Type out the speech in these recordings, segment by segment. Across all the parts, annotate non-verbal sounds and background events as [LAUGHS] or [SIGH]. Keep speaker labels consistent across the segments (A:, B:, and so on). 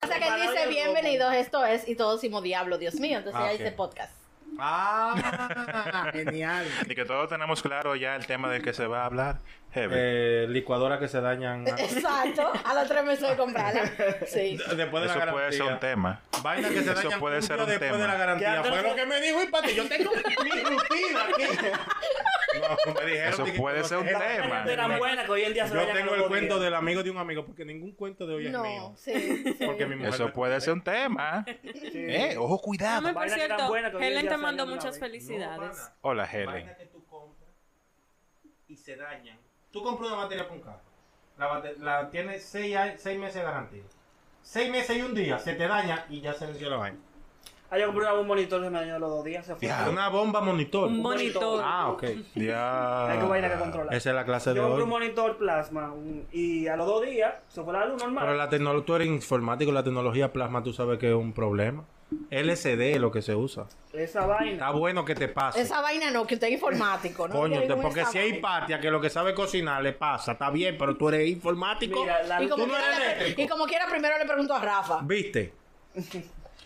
A: pasa que él dice bienvenidos, esto es, y todos decimos diablo, Dios mío. Entonces
B: Ah,
A: ella
B: ok.
A: dice podcast.
C: Ah, genial.
D: Y que todos tenemos claro ya el tema del que se va a hablar. Heavy.
B: Eh, licuadoras que se dañan.
A: Exacto. A los tres meses de
B: [LAUGHS]
A: comprarla. Sí.
B: Después de la
D: Eso
B: garantía.
D: puede ser un tema.
B: Vaina que se
D: Eso
B: dañan
D: puede
B: junio
D: ser un
B: después
D: tema.
B: de la garantía.
C: Ya,
B: Fue
C: pero-
B: lo que me dijo Ipati. Yo tengo mi rutina aquí. No, me dijeron.
D: Eso
B: dije,
D: puede
B: no,
D: ser un
B: era-
D: tema.
E: Gente tan buena que hoy en día se
B: Yo
E: dañan
B: tengo
E: a
B: el
E: los
B: cuento
E: días.
B: del amigo de un amigo porque ningún cuento de hoy es mío.
A: No, sí. sí.
B: Porque mi mujer
D: Eso
B: me-
D: puede ser un tema. Eh, ojo,
F: Dame,
D: cuidado.
F: por
E: Vaina que tan
F: cierto,
E: buena que hoy en
F: Helen
E: día
F: te
E: sale
F: mandó
E: una
F: muchas
E: vez.
F: felicidades.
C: No, pana.
D: Hola,
C: Vaina
D: Helen.
C: que tú compras y se dañan. Tú compras una batería para un carro. La, bate- la tiene 6 meses de garantía. 6 meses y un día se te daña y ya se venció la vaina.
E: Ah, yo compré un monitor que me dañó los dos días. Se fue.
D: Diablo.
B: Una bomba monitor.
F: Un monitor.
B: Ah, ok.
D: Ya.
E: Hay que vaina que controlar.
B: Esa es la clase de
E: Yo compré un
B: hoy.
E: monitor plasma un- y a los dos días se fue la luz normal.
B: Pero la tecnología, tú eres informático, la tecnología plasma, tú sabes que es un problema. LCD es lo que se usa.
E: Esa vaina.
B: Está bueno que te pase.
A: Esa vaina no, que usted es informático, ¿no?
B: Coño,
A: Yo digo,
B: te- porque
A: esa
B: si hay
A: vaina.
B: patia que lo que sabe cocinar le pasa, está bien, pero tú eres informático.
E: Mira, la
A: Y
E: luz.
A: como,
B: Tú no
A: quiera,
B: eres
A: le-
B: eléctrico.
A: y como quiera, primero le pregunto a Rafa.
B: ¿Viste?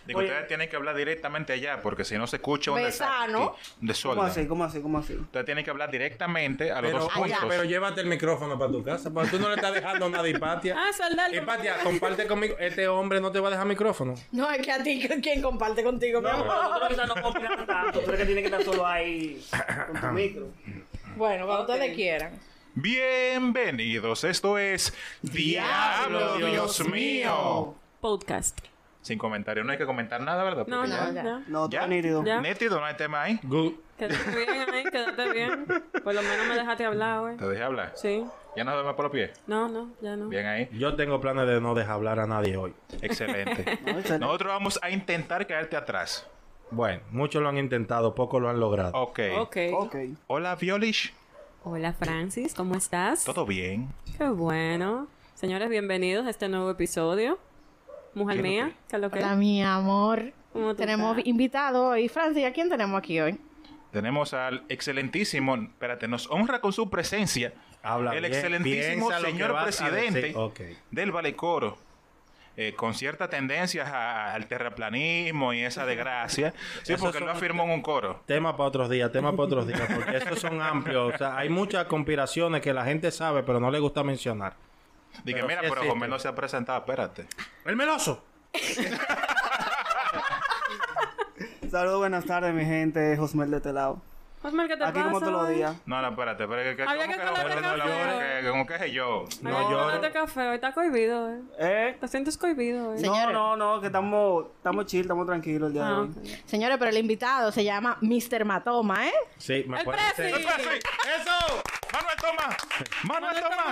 D: Digo,
E: Oye.
D: ustedes tienen que hablar directamente allá porque si no se escucha un desastre.
A: Besano.
D: De
E: ¿Cómo
D: solda.
E: así? ¿Cómo así? ¿Cómo así?
D: Ustedes tienen que hablar directamente a los
B: Pero,
D: dos puntos.
B: pero llévate el micrófono para tu casa, porque tú no le estás dejando nada a [LAUGHS] Hipatia.
F: Ah, soldado.
B: Hipatia, comparte conmigo. Este hombre no te va a dejar micrófono.
A: No, es que a ti, quien comparte contigo, mi
E: No,
A: amor?
E: pero tú quizás no opinas tanto, pero es que tiene que estar solo ahí con tu micro.
A: Bueno, cuando ustedes quieran.
D: Bienvenidos, esto es Diablo, Dios, mío.
F: Podcast.
D: Sin comentario, no hay que comentar nada, ¿verdad?
F: No,
D: Porque
F: no,
A: ya.
F: no.
E: No,
D: ¿Ya?
E: tú nítido.
F: Ya.
D: Nítido, no hay tema ahí.
B: Good.
F: Quédate bien ahí, quédate bien. Por lo menos me dejaste hablar, güey.
D: Te dejé hablar.
F: Sí.
D: Ya nos vemos por los pies.
F: No, no, ya no.
D: Bien ahí.
B: Yo tengo planes de no dejar hablar a nadie hoy.
D: Excelente.
E: No, esa-
D: Nosotros vamos a intentar caerte atrás.
B: Bueno, muchos lo han intentado, pocos lo han logrado.
D: Ok.
F: Ok.
E: Ok.
D: Hola, Violish.
F: Hola, Francis, ¿cómo estás?
D: ¿Todo bien?
F: Qué bueno. Señores, bienvenidos a este nuevo episodio. Mujer
D: ¿Qué es lo
F: mía, ¿qué es lo que?
A: Hola, mi amor.
F: ¿Cómo tú
A: Tenemos
F: estás?
A: invitado hoy. Francis, ¿a quién tenemos aquí hoy?
D: Tenemos al excelentísimo, espérate, nos honra con su presencia.
B: Habla
D: el
B: bien,
D: excelentísimo
B: piensa lo que
D: señor
B: vas a
D: presidente
B: decir. Ok.
D: del Valecoro, eh, con ciertas tendencias a- al terraplanismo y esa desgracia. Sí,
B: Esos
D: porque
B: son-
D: lo afirmó en un coro.
B: Tema para otros días, tema para otros días, porque estos son amplios. O sea, hay muchas conspiraciones que la gente sabe, pero no le gusta mencionar.
D: Dije,
B: Pero
D: mira,
B: sí
D: pero
B: existe.
D: Homer no se ha presentado, espérate.
B: ¡El meloso!
E: Saludos, buenas tardes, mi gente. Josmel de este lado.
F: Osmar, Pues, ¿qué te
E: Aquí
F: pasa?
E: como todos los
F: hoy?
E: días.
D: No, no, espérate, pero que, que,
F: Había
D: ¿cómo
F: que
D: que no,
F: colarle
D: no, no,
F: café.
D: no, que- como que es yo.
F: Ay,
B: No
F: vamos a
B: llores.
F: tomarte café, hoy está cohibido, eh.
E: ¿Eh?
F: Te sientes cohibido, eh.
A: Señores.
E: No, no, no, que estamos, estamos chill, estamos tranquilos el día de
F: Ah,
E: hoy.
F: ok.
A: Señores, pero el invitado se llama Mr. Matoma, ¿eh?
B: Sí, me
F: El
B: acuerdo.
F: presi.
B: Sí.
D: ¡Eso! Pues ¡Eso! ¡Manuel Toma! ¡Manuel
F: Manuel
D: Toma!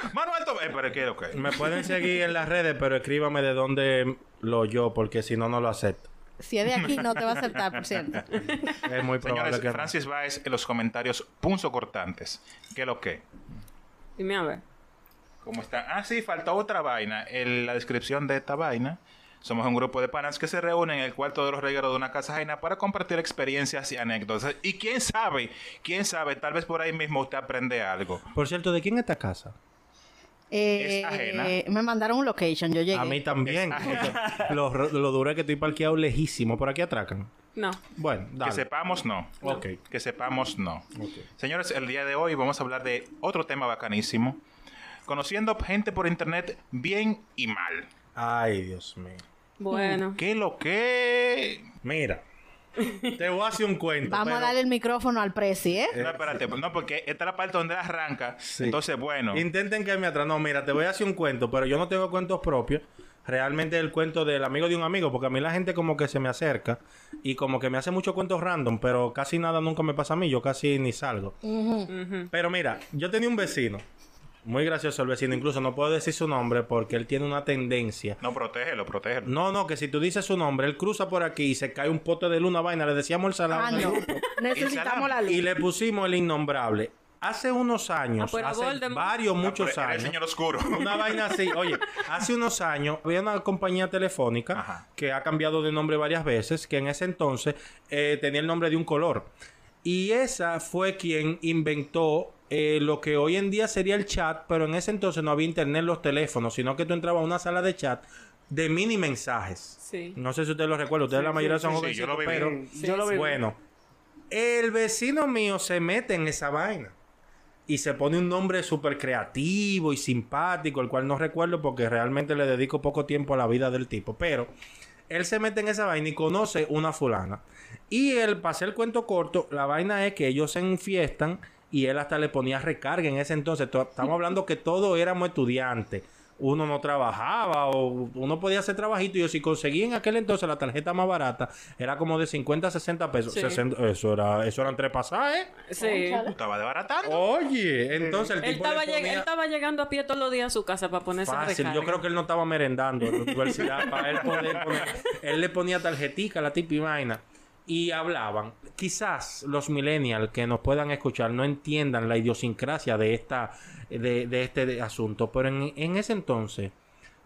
F: Toma.
D: ¡Manuel Toma! Eh, pero ¿qué lo que?
B: Me pueden seguir en las redes, pero escríbame de dónde lo yo, porque si no, no lo acepto.
A: Si es de aquí, no te va a aceptar, por cierto.
B: Es muy probable
D: Señores,
B: que no.
D: Francis Baez en los comentarios punzo cortantes. ¿Qué lo que?
F: Dime a ver.
D: ¿Cómo están? Ah, sí, faltó otra vaina. En la descripción de esta vaina, somos un grupo de panas que se reúnen en el cuarto de los regueros de una casa ajena para compartir experiencias y anécdotas. Y quién sabe, quién sabe, tal vez por ahí mismo usted aprende algo.
B: Por cierto, ¿de quién es esta casa?
A: Eh,
D: Es ajena.
A: eh, me mandaron un location, yo llegué.
B: A mí también. lo, lo duro es que estoy parqueado lejísimo. Por aquí atracan.
F: No.
B: Bueno, dale.
D: Que sepamos, no.
B: Ok.
D: Que sepamos, no.
B: Ok.
D: Señores, el día de hoy vamos a hablar de otro tema bacanísimo. Conociendo gente por internet bien y mal.
B: Ay, Dios mío.
F: Bueno.
D: ¿Qué lo que...?
B: Mira, te voy a hacer un cuento.
A: Vamos a
B: pero
A: darle el micrófono al Prezi, ¿eh?
D: No, espérate. No, porque esta es la parte donde arranca.
B: Sí.
D: Entonces, bueno.
B: Intenten que me atrás. No, mira, te voy a hacer un cuento, pero yo no tengo cuentos propios. Realmente el cuento del amigo de un amigo, porque a mí la gente como que se me acerca y como que me hace muchos cuentos random, pero casi nada nunca me pasa a mí, yo casi ni salgo.
A: Mm.
F: Ujú.
B: Pero mira, yo tenía un vecino, muy gracioso el vecino, incluso no puedo decir su nombre porque él tiene una tendencia
D: No, protégelo, protégelo.
B: No, no, que si tú dices su nombre, él cruza por aquí y se cae un pote de luna vaina, le decíamos el salado
A: Ah, no. Necesitamos la
B: y
A: luz.
B: le pusimos el innombrable. Hace unos años,
F: Ah, pero
B: hace
F: Voldemort.
B: varios,
D: Ah,
B: muchos
D: pero eres
B: años. [LAUGHS]
D: señor oscuro.
B: Una vaina así, oye, hace unos años había una compañía telefónica
D: Ajá.
B: que ha cambiado de nombre varias veces, que en ese entonces eh, tenía el nombre de un color. Y esa fue quien inventó eh, lo que hoy en día sería el chat, pero en ese entonces no había internet en los teléfonos, sino que tú entrabas a una sala de chat de mini mensajes.
F: Sí.
B: No sé si ustedes lo recuerdan. Ustedes
E: Sí,
B: la mayoría
E: sí,
B: son
E: sí,
B: jóvenes.
D: yo lo viví.
B: Pero,
F: Sí,
E: yo lo
F: sí.
E: viví.
B: bueno, el vecino mío se mete en esa vaina. Y se pone un nombre súper creativo y simpático, el cual no recuerdo porque realmente le dedico poco tiempo a la vida del tipo. Pero él se mete en esa vaina y conoce una fulana. Y él, para hacer el cuento corto, la vaina es que ellos se enfiestan y él hasta le ponía recarga en ese entonces. To- Estamos hablando que todos éramos estudiantes. Uno no trabajaba o uno podía hacer trabajito. Y yo, si conseguía en aquel entonces la tarjeta más barata, era como de 50 a 60 pesos.
F: Sí.
B: 60 eso, era, eso eran tres pasajes.
F: Sí.
A: Cónchale.
D: [LAUGHS] Estaba desbaratando.
B: Oye, entonces el
F: este, Él
B: tipo. le
F: estaba, lleg-
B: ponía-
F: él estaba llegando a pie todos los días a su casa para ponerse
B: Fácil, yo creo que él no estaba merendando en la universidad para él poder poner- Él le ponía tarjetica, la tipi vaina. Y hablaban. Quizás los millennials que nos puedan escuchar no entiendan la idiosincrasia de, esta, de, de este de- asunto. Pero en, en ese entonces,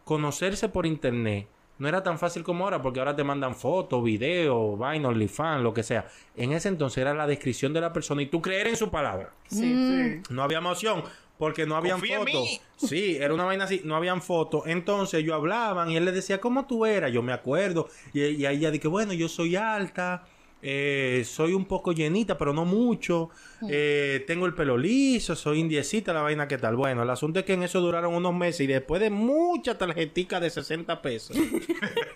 B: conocerse por internet no era tan fácil como ahora, porque ahora te mandan fotos, videos, vaina, OnlyFans, lo que sea. En ese entonces era la descripción de la persona y tú creer en su palabra.
F: Mm.
E: Sí.
B: No había emoción porque no habían
D: Confía en
B: fotos.
D: mí.
B: Sí, era una vaina así, no habían fotos. Entonces yo hablaban y él le decía, ¿cómo tú eras? Yo me acuerdo. Y, y ahí ella dije, bueno, yo soy alta, eh, soy un poco llenita, pero no mucho.
D: Mm.
B: eh, tengo el pelo liso, soy indiecita, la vaina que tal. Bueno, el asunto es que en eso duraron unos meses y después de mucha tarjetica de 60 pesos,
D: [LAUGHS]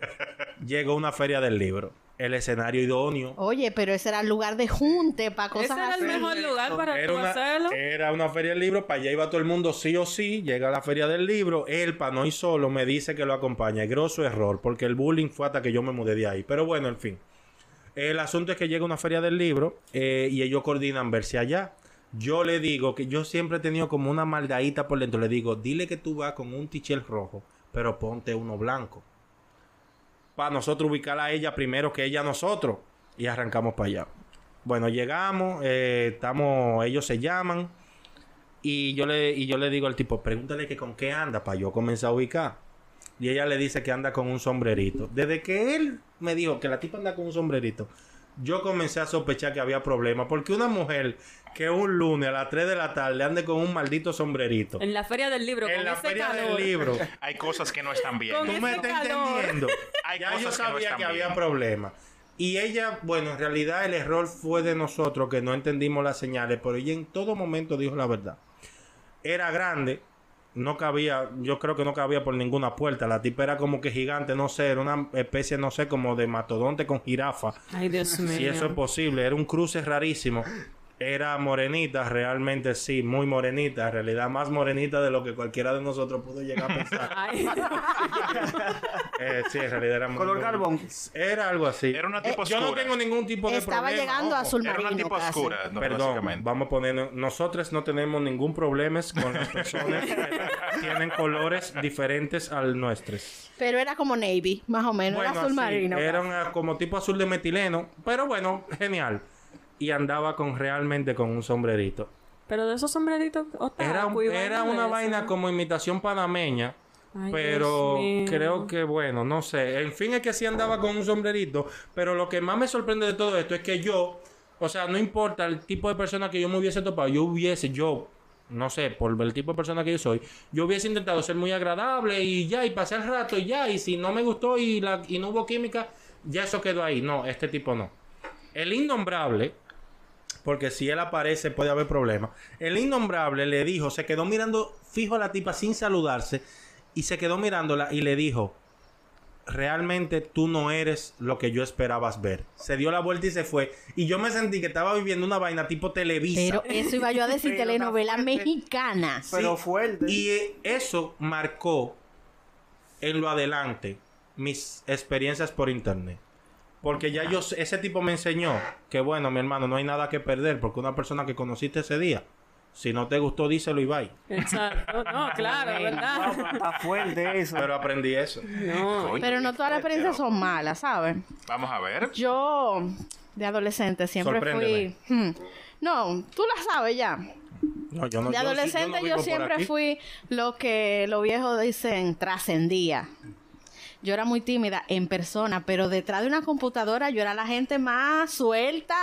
B: llegó una feria del libro. El escenario idóneo.
A: Oye, pero ese era el lugar de junte para cosas
F: Ese era
A: así.
F: el mejor lugar para
B: Era
F: tú hacerlo.
B: una, era una feria del libro, para allá iba todo el mundo sí o sí, llega a la feria del libro, él para no ir solo me dice que lo acompaña, grosso error, porque el bullying fue hasta que yo me mudé de ahí, pero bueno, en fin. El asunto es que llega una feria del libro eh, y ellos coordinan verse allá. Yo le digo que yo siempre he tenido como una maldadita por dentro, le digo, dile que tú vas con un tichel rojo, pero ponte uno blanco. Para nosotros ubicar a ella primero que ella a nosotros y arrancamos para allá. Bueno, llegamos, eh, estamos, ellos se llaman y yo le y yo le digo al tipo, pregúntale que con qué anda para yo comenzar a ubicar. Y ella le dice que anda con un sombrerito. Desde que él me dijo que la tipa anda con un sombrerito, yo comencé a sospechar que había problemas. Porque una mujer que un lunes a las 3 de la tarde ande con un maldito sombrerito.
F: En la feria del libro,
B: En
F: con
B: la
F: ese
B: feria
F: calor.
B: del
F: [LAUGHS]
B: libro.
D: Hay cosas que no están bien.
F: Con
B: Tú me
F: ese
B: estás
F: calor.
B: entendiendo.
D: [LAUGHS] Hay
B: ya yo
D: cosas que no
B: sabía que,
D: están bien.
B: había problemas. Y ella, bueno, en realidad el error fue de nosotros que no entendimos las señales, pero ella en todo momento dijo la verdad. Era grande, no cabía, yo creo que no cabía por ninguna puerta. La tipa era como que gigante, no sé, era una especie, no sé, como de matodonte con jirafa.
F: Ay, Dios mío.
B: Si eso es posible, era un cruce rarísimo. Era morenita, realmente sí, muy morenita, en realidad más morenita de lo que cualquiera de nosotros pudo llegar a pensar.
F: Ay, [LAUGHS]
B: Eh, sí, en realidad era muy-
E: Color carbón.
B: Era algo así.
D: Era una tipo
B: Eh, Yo no
D: oscura.
B: tengo ningún tipo de
A: Estaba
B: problema,
A: llegando
B: ojo.
A: a azul
D: Era
A: marino.
D: una tipo
A: casi.
D: oscura, no,
B: Perdón,
D: básicamente.
B: vamos a poner... Nosotros no tenemos ningún problema con las personas
D: [LAUGHS]
B: que tienen colores diferentes al nuestro.
A: Pero era como navy, más o menos. era azul
B: así,
A: marino. pues.
B: Era una- como tipo azul de metileno, pero bueno, genial. Y andaba con realmente con un sombrerito.
F: pero de esos sombreritos
A: Ah,
F: otaku
B: Era, un-
F: y
B: era
F: de
B: una
F: esas.
B: vaina como imitación panameña.
F: Ay,
B: Pero
F: Dios mío.
B: creo que bueno, no sé. En fin, es que sí andaba con un sombrerito. Pero lo que más me sorprende de todo esto es que yo, o sea, no importa el tipo de persona que yo me hubiese topado, yo hubiese, yo, no sé, por el tipo de persona que yo soy, yo hubiese intentado ser muy agradable y ya, y pasé el rato y ya, y si no me gustó y, la, y no hubo química, ya eso quedó ahí. No, este tipo no. El innombrable, porque si él aparece puede haber problemas. El innombrable le dijo, se quedó mirando fijo a la tipa sin saludarse y se quedó mirándola y le dijo, realmente tú no eres lo que yo esperabas ver. Se dio la vuelta y se fue. Y yo me sentí que estaba viviendo una vaina tipo Televisa.
A: Pero eso iba yo a decir
E: Pero está
A: telenovela
E: fuerte.
A: mexicana.
E: Pero fuerte.
B: Y eh, eso marcó en lo adelante mis experiencias por internet. Porque ya yo, ese tipo me enseñó que bueno, mi hermano, no hay nada que perder porque una persona que conociste ese día, si no te gustó, díselo y bye.
F: Exacto.
B: [LAUGHS]
F: No, claro,
E: Wow,
F: ¿verdad?
E: está fuerte eso.
B: Pero aprendí eso.
F: [LAUGHS] No.
D: Coño,
A: Pero no todas las experiencias son malas, ¿sabes?
D: Vamos a ver.
A: Yo, de adolescente, siempre fui...
B: Sorpréndeme.
A: Hmm. No, tú la sabes ya.
B: No, yo no-
A: de
B: yo sí- yo no
A: adolescente yo,
B: vivo por
A: siempre
B: aquí.
A: fui lo que los viejos dicen trascendía. Yo era muy tímida en persona, pero detrás de una computadora yo era la gente más suelta,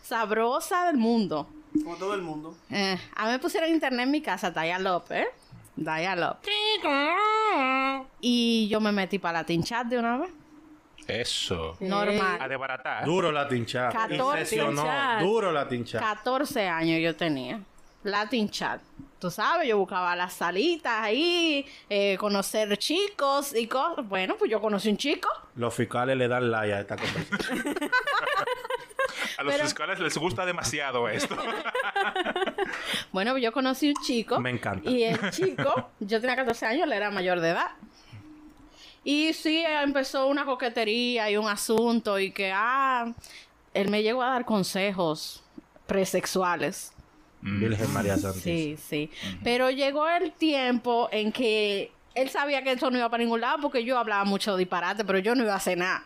A: sabrosa del mundo.
E: Como todo el mundo.
A: Eh, a mí me pusieron internet en mi casa, Taya López. Dial up. Y yo me metí para Latin Chat de una vez.
D: Eso. A
A: Normal.
D: desbaratar.
B: Duro la tincha. Y
A: 14
B: sesionó.
F: tinchas.
B: Duro la tincha.
A: 14 años yo tenía. Latin Chat. Tú sabes, yo buscaba las salitas ahí, eh, conocer chicos y cosas. Bueno, pues yo conocí un chico.
B: Los fiscales le dan like a esta conversación.
D: A los
A: Pero-
D: fiscales les gusta demasiado esto.
A: Bueno, pues yo conocí un chico.
B: Me encanta.
A: Y el chico, yo tenía 14 años, él era mayor de edad. Y sí, eh, empezó una coquetería y un asunto y que, ah, él me llegó a dar consejos presexuales.
B: Virgen María
A: Sí,
B: Santísima.
A: sí. Pero llegó el tiempo en que él sabía que eso no iba para ningún lado porque yo hablaba mucho disparate, pero yo no iba a hacer nada.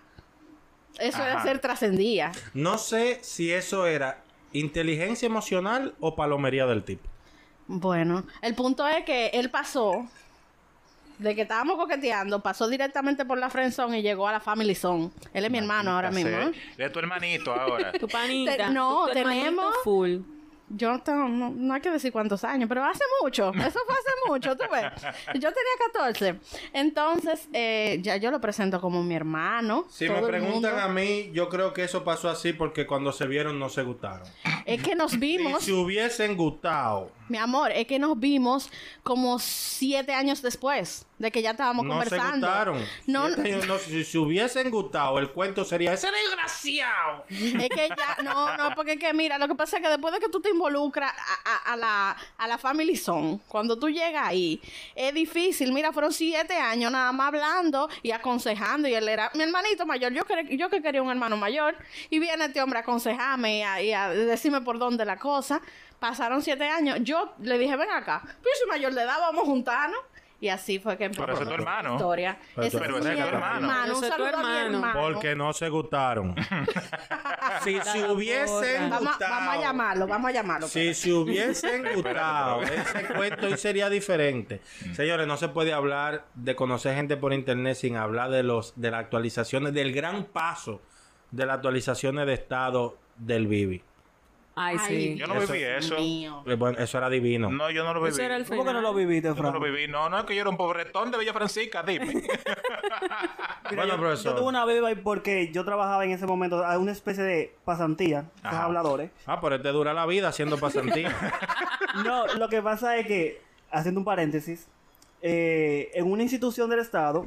A: Eso era
D: Ajá.
A: ser trascendía.
B: No sé si eso era inteligencia emocional o palomería del tipo.
A: Bueno, el punto es que él pasó de que estábamos coqueteando, pasó directamente por la friendzone y llegó a la family zone. Él es mi hermano ahora mismo. ¿eh?
D: De tu hermanito ahora.
F: Tu panita.
A: Te- no,
F: tu hermanito
A: tenemos-
F: Full.
A: Yo no, no- no hay que decir cuántos años, pero hace mucho. Eso fue hace mucho, tú
B: [LAUGHS]
A: ves. Yo tenía 14. Entonces, eh, ya yo lo presento como mi hermano.
B: Si
A: todo
B: me
A: el mundo.
B: preguntan a mí, yo creo que eso pasó así porque cuando se vieron no se gustaron.
A: Es que nos
B: Y
A: vimos,
B: si hubiesen gustado,
A: mi amor, es que nos vimos como siete años después de que ya estábamos
B: no se
A: conversando.
B: gustaron.
A: No,
B: Si este-
A: no.
B: no, si se hubiesen gustado, el cuento sería ese desgraciado.
A: [LAUGHS] Es que ya, no, no, porque es que mira, lo que pasa es que después de que tú te involucras a, a- a la, a la Family Zone, cuando tú llegas ahí, es difícil. Mira, fueron siete años nada más hablando y aconsejando. Y él era mi hermanito mayor. Yo, cre- yo que quería un hermano mayor. Y viene este hombre a aconsejarme y a, y a decirme por dónde la cosa. Pasaron siete años. Yo le dije, ven acá, yo soy mayor de edad, vamos juntarnos. Y así fue que empezó
D: Pero ese es tu
A: la
D: hermano.
A: historia.
B: Pero
A: Ese
B: ese
A: es
B: es
A: mi
B: tu
D: hermano.
A: hermano. Un
F: Ese es tu
A: saludo a mi
F: hermano.
A: hermano.
B: Porque no
A: [LAUGHS]
B: se gustaron. si se hubiesen
A: Vamos,
B: gustado.
A: vamos a llamarlo, vamos a llamarlo.
B: Si se hubiesen
D: Espérate,
B: gustado,
D: espérate. Mm.
B: ese cuento hoy sería diferente. Señores, no se puede hablar de conocer gente por internet sin hablar de los de las actualizaciones, del gran paso de las actualizaciones de estado del Bibi.
F: Ay, sí.
D: Yo no viví
A: Dios
D: eso.
A: mío.
B: Eh, Bueno, eso era divino.
D: No, yo no lo viví.
F: Ese era el
E: ¿Cómo que no
F: final.
E: lo viviste,
D: Yo no lo
E: Fran?
D: viví. No, no, es que yo era un pobretón de Villa Francisca, dime.
E: Mira,
B: Bueno,
E: yo,
B: profesor.
E: yo tuve una beba y porque yo trabajaba en ese momento a una especie de pasantía, los
D: Ajá.
E: habladores.
B: Ah, pero este dura la vida haciendo [LAUGHS] pasantía.
E: No, lo que pasa es que, haciendo un paréntesis, eh, en una institución del Estado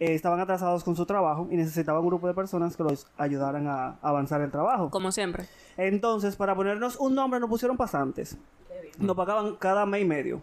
E: eh, estaban atrasados con su trabajo y necesitaban un grupo de personas que los ayudaran a avanzar el trabajo.
F: Como siempre.
E: Entonces, para ponernos un nombre, nos pusieron pasantes. Nos pagaban cada mes y medio.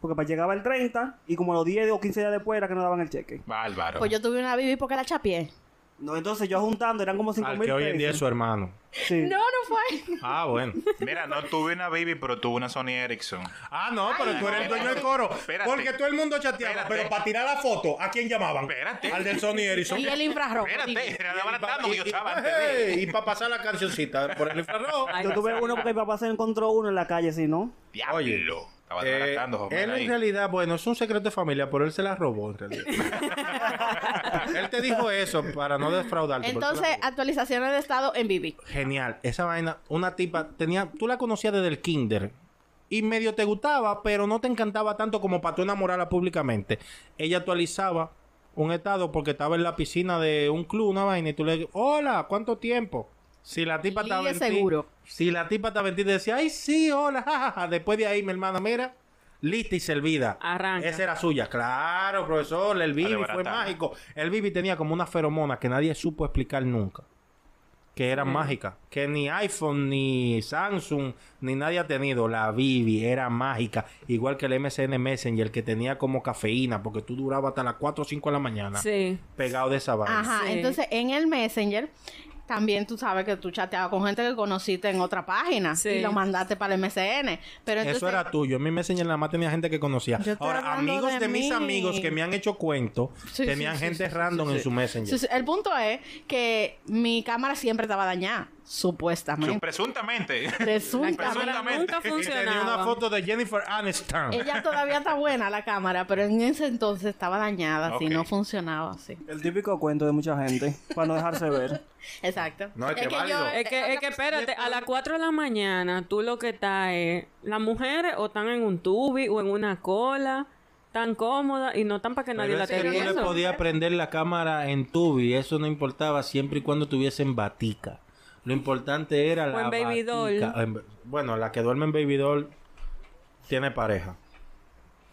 E: Porque pa- llegaba el 30 y como a los 10 o 15 días después era que nos daban el cheque.
D: Bárbaro.
A: Pues yo tuve una bibi porque la chapié.
E: No, entonces yo juntando eran como 5
B: al
E: mil
B: que hoy en día es su
E: pesos.
B: hermano.
E: Sí.
A: No, no fue.
B: Ah, bueno.
D: Mira, no tuve una baby, pero tuve una Sony Ericsson.
B: Ah, no, pero tú eres el dueño del
D: espérate.
B: coro.
D: Espérate.
B: Porque todo el mundo chateaba,
D: Espérate.
B: pero para tirar la foto, ¿a quién llamaban?
D: Espérate.
B: Al del Sony Ericsson.
A: Y el infrarrojo.
D: Espérate,
A: dime.
D: era desbaratando que yo estaba antes de.
B: Hey, y para pasar la cancioncita por el infrarrojo.
F: Ay,
E: Yo tuve uno porque mi papá se encontró uno en la calle, si no.
D: Diablo.
B: Oye, Eh,
D: estaba desbaratando, Homer,
B: él
D: ahí.
B: en realidad, bueno, es un secreto de familia, pero él se la robó en
D: [LAUGHS]
B: realidad. él te dijo eso para no defraudarte. porque
A: Entonces,
B: la-
A: actualizaciones de estado en bibi.
B: genial, esa vaina, una tipa tenía, tú la conocías desde el kinder y medio te gustaba, pero no te encantaba tanto como para tú enamorarla públicamente. Ella actualizaba un estado porque estaba en la piscina de un club, una vaina y tú le, "Hola, ¿cuánto tiempo?" Si la tipa
A: Ligue
B: estaba en ti-
A: seguro.
B: si la tipa estaba en ti, decía, "Ay, sí, hola." [LAUGHS] jajaja". Después de ahí, mi hermana, mira, lista y servida.
F: Arranca.
B: Esa era suya. Claro, profesor, el Bibi fue
D: Arrebatada.
B: mágico. El Bibi tenía como una feromona que nadie supo explicar nunca. Que
A: Mm.
B: era mágica. Que ni iPhone, ni Samsung, ni nadie ha tenido. La Bibi era mágica. Igual que el MSN Messenger, que tenía como cafeína, porque tú durabas hasta las 4 o 5 de la mañana
F: Sí.
B: pegado de esa vaina.
A: Ajá.
F: Sí.
A: Entonces, en el Messenger, también tú sabes que tú chateabas con gente que conociste en otra página
F: Sí.
A: y lo mandaste para el MSN. Pero entonces,
B: Eso era tuyo. En mi Messenger nada más tenía gente que conocía.
A: Yo estoy
B: Ahora,
A: hablando
B: amigos
A: de
B: de, mis
A: mí.
B: amigos que me han hecho cuentos
A: Sí,
B: tenían
A: sí, sí,
B: gente
A: sí, sí,
B: random
A: sí,
B: en
A: sí.
B: su Messenger.
A: Entonces, el punto es que mi cámara siempre estaba dañada,
D: Su-
A: supuestamente.
D: Presuntamente.
A: [LAUGHS]
F: La
A: Presuntamente.
F: cámara nunca
D: Y tenía
B: Y tenía
F: funcionaba.
B: una foto de Jennifer Aniston.
A: Ella todavía está buena la cámara, pero en ese entonces estaba dañada, así
D: Ok.
A: no funcionaba así.
E: El típico cuento de mucha gente, para no dejarse
D: [LAUGHS]
E: ver.
A: Exacto.
B: No, es que válido.
F: Es que, es que espérate, a las 4 de la mañana tú lo que estás es... Las mujeres o están en un tubi o en una cola tan cómoda y no tan para que nadie
B: Pero
F: la
B: es que
F: esté
B: tú le
F: viendo.
B: podías prender la cámara en tubi, eso no importaba siempre y cuando tuviesen batica. Lo importante era
F: O
B: la
F: en baby doll.
B: batica. En- Bueno, la que duerme en baby doll tiene pareja.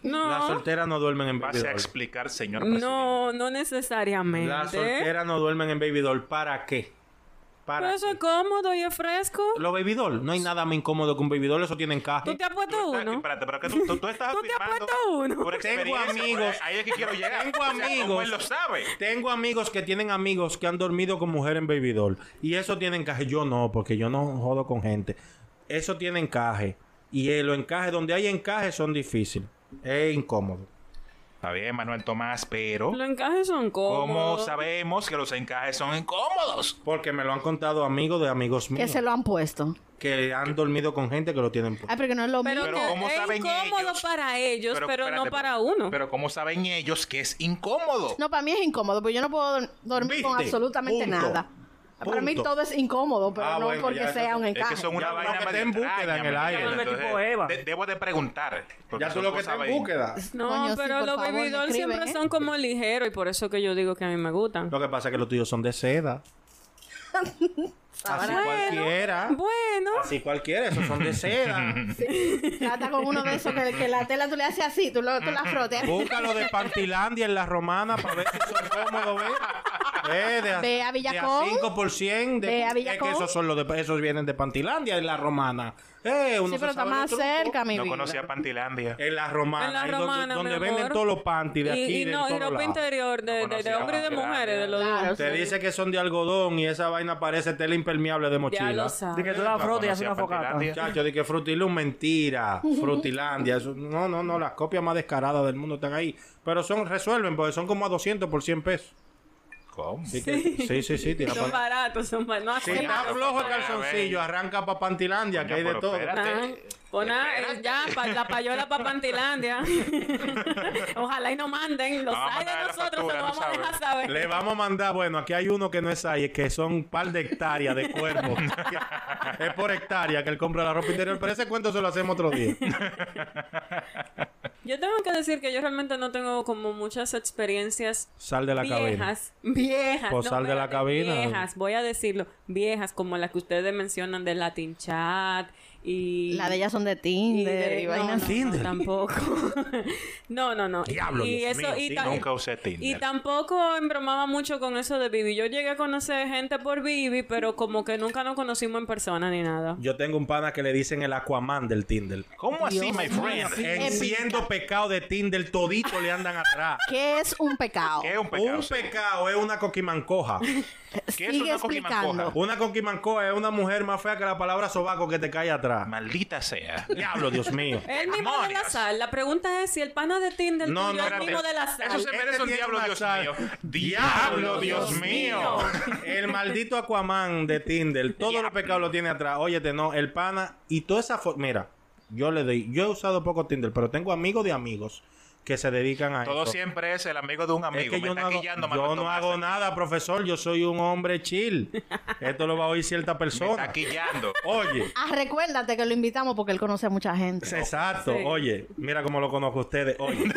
B: Las
F: No,
B: solteras no duermen en baby
D: Vas a
B: doll.
D: explicar, señor presidente.
F: no, no necesariamente.
B: Las solteras no duermen en baby doll. ¿Para qué?
F: Pero
B: Para
F: Pues eso es
B: qué?
F: cómodo y es fresco.
B: Los baby doll. No hay nada más incómodo que un baby doll. Eso tiene encaje.
F: Tú te has puesto
D: Ah,
F: uno.
D: Espérate, pero que tú, tú, tú estás
F: Tú te has
D: afirmando
F: puesto uno.
D: por
B: Tengo
D: experiencia.
B: amigos.
D: Ahí es que quiero llegar.
B: Tengo
D: O sea, como
B: amigos.
D: él lo sabe.
B: Tengo amigos que tienen amigos que han dormido con mujer en baby doll. Y eso tiene encaje. Yo no, porque yo no jodo con gente. Eso tiene encaje. Y eh, los encajes, donde hay encajes, son difíciles. Es incómodo.
D: Está bien, Manuel Tomás, pero...
F: Los encajes son
D: ¿Cómo
F: cómodos.
D: sabemos que los encajes son incómodos?
B: Porque me lo han contado amigos de amigos
A: Que
B: míos.
A: se lo han puesto.
B: Que han dormido con gente que lo tienen. puesto.
A: Ay, porque no es lo
F: Pero,
A: mismo.
D: Pero
F: que
D: ¿cómo
F: es
D: saben
F: incómodo
D: ellos?
F: para ellos, pero,
D: espérate,
F: no para uno.
D: Pero ¿cómo saben ellos que es incómodo?
A: No, para mí es incómodo, porque yo no puedo dor- dormir con
B: ¿Viste?
A: absolutamente
B: Punto.
A: nada. Para mí
B: Punto.
A: todo es incómodo, pero
B: Ah,
A: no
B: bueno,
A: porque
B: ya,
A: sea
B: eso-
A: un
B: es
A: encaje.
D: Es que son una
B: Ya,
D: vaina
B: lo que
D: medio
B: está en búsqueda
D: extraña,
B: en el
D: me
B: aire.
D: llama,
E: Tipo
D: entonces,
E: Eva.
D: de- debo de preguntar. porque
B: Ya tú
D: son
B: lo que
D: cosas
B: estás en
D: vain-
B: búsqueda.
F: No,
A: Coño, sí,
F: pero
A: por
F: los
A: favor,
F: baby
A: me
F: dolls
A: escriben,
F: siempre
A: ¿eh?
F: son como ligeros y por eso que yo digo que a mí me gustan.
B: Lo que pasa es que los tuyos son
A: [LAUGHS]
B: de seda. Así
A: Bueno.
B: cualquiera.
F: Bueno,
B: Así cualquiera. Esos son de seda.
A: Trata con uno de esos que, que la tela tú le haces así, tú, lo, tú la frotes.
B: Búscalo de Pantilandia en la romana para ver si son cómodos, ¿ves? Ve, de a,
A: Ve a Villacón.
B: De a 5% de,
A: Ve a
B: es
A: Villacón.
B: que esos, son los de, esos vienen de Pantilandia en la romana. Eh, uno
A: Sí,
B: se
A: pero está
B: sabe
A: más
B: los trucos.
A: cerca, mi
D: No
A: vida.
D: conocía Pantilandia.
B: [LAUGHS] En la romana.
F: en la
B: ahí
F: romana,
B: Donde,
F: mi
B: donde venden
F: amor.
B: todos los panty de
F: Y-
B: aquí.
F: Y,
B: de
F: no, y
B: todos
F: ropa
B: lados.
F: interior de,
D: No
F: de- de
D: conocía
F: hombres y de
D: Pantilandia.
F: mujeres, de los dos.
A: Claro,
B: Te
A: sí.
B: dice que son de algodón y esa vaina parece tela impermeable de mochila.
F: Ya lo
E: De que
F: sabes.
E: tú la
D: Ah. No
E: frotas y haces
D: conocía
E: una focata.
D: Pantilandia.
B: Chacho, de que
A: [LAUGHS]
B: Frutilum, mentira. Frutilandia. eso- no, no, no. Las copias más descaradas del mundo están ahí. Pero son, resuelven, porque son como a 200 por 100 pesos.
D: ¿Cómo?
B: Así que- sí, sí, sí. tira
F: Son
B: pa-
F: baratos, son baratos.
B: Si
F: No,
B: está
D: pero
B: flojo el
D: espera,
B: calzoncillo,
D: ven.
B: arranca para Pantilandia, que hay de
D: Pero
B: todo.
D: espérate.
F: Ah, pon a- eh, ya, pa- la payola
B: [LAUGHS]
F: para Pantilandia. Ojalá y no manden. Los
D: No, vamos a
F: hay de
D: mandar la
F: nosotros, se
D: factura,
F: lo
D: tú
F: vamos a
D: sabes.
F: dejar saber.
B: Le vamos a mandar, bueno, aquí hay uno que no es ahí, que son un par de hectáreas de cuerpo. es por hectárea que él compra la ropa interior, pero ese cuento se lo hacemos otro día.
F: Yo tengo que decir que yo realmente no tengo como muchas experiencias
B: Sal de la cabina.
F: viejas, viejas.
B: Pues sal de la
F: espérate,
B: cabina.
F: Viejas, voy a decirlo. Viejas, como las que ustedes mencionan de Latin Chat y...
A: La de ellas son de
F: y
A: Tinder
F: de-
A: y
F: no,
A: vainas.
F: no,
A: así.
B: Tinder.
F: no, tampoco. [LAUGHS] no, no, no.
B: Diablo,
F: y
B: Dios
F: eso,
B: mío,
F: y
B: sí,
F: ta-
D: Nunca usé
F: y
D: Tinder.
F: tampoco embromaba mucho con eso de Vivi. Yo llegué a conocer gente por Vivi, pero como que nunca nos conocimos en persona ni nada.
B: Yo tengo un pana que le dicen el Aquaman del Tinder.
D: ¿Cómo así, my friend?
B: En siendo pecado de Tinder, todito le andan atrás.
A: ¿Qué es un pecado?
D: ¿Qué es un pecado?
B: Un pecado es una coquimancoja.
D: ¿Qué es
A: Sigue
D: una coquimancoja?
A: explicando.
B: Una coquimancoja es una mujer más fea que la palabra sobaco que te cae atrás.
D: Maldita sea.
B: Diablo, Dios mío.
F: El mismo de la
D: Demonios.
F: sal. La pregunta es si el pana de Tinder
B: No, no,
F: tuyo es el
B: espérate.
F: mismo de la sal.
D: Eso se
B: Este
D: merece un
B: tiene
D: diablo,
B: una
D: Dios
B: sal.
D: mío. Diablo,
F: Dios
D: Dios mío.
B: El maldito Aquaman de Tinder, todos los pecados lo tiene atrás. Óyete, no, el pana y toda esa foto. Mira, yo le doy, yo he usado poco Tinder, pero tengo amigos de amigos que se dedican a
D: Todo
B: eso.
D: siempre es el amigo de un
B: Es
D: amigo.
B: que
D: Me
B: yo
D: está
B: no, hago,
D: quillando,
B: yo
D: Manuel
B: no
D: Tomás.
B: hago nada, profesor. Yo soy un hombre chill. Esto lo va a oír cierta
D: Me está
B: persona.
D: quillando.
A: [LAUGHS]
B: Oye,
A: Ah, recuérdate que lo invitamos porque él conoce a mucha gente.
B: exacto.
F: Sí.
B: Oye, mira cómo lo conozco a ustedes. Oye,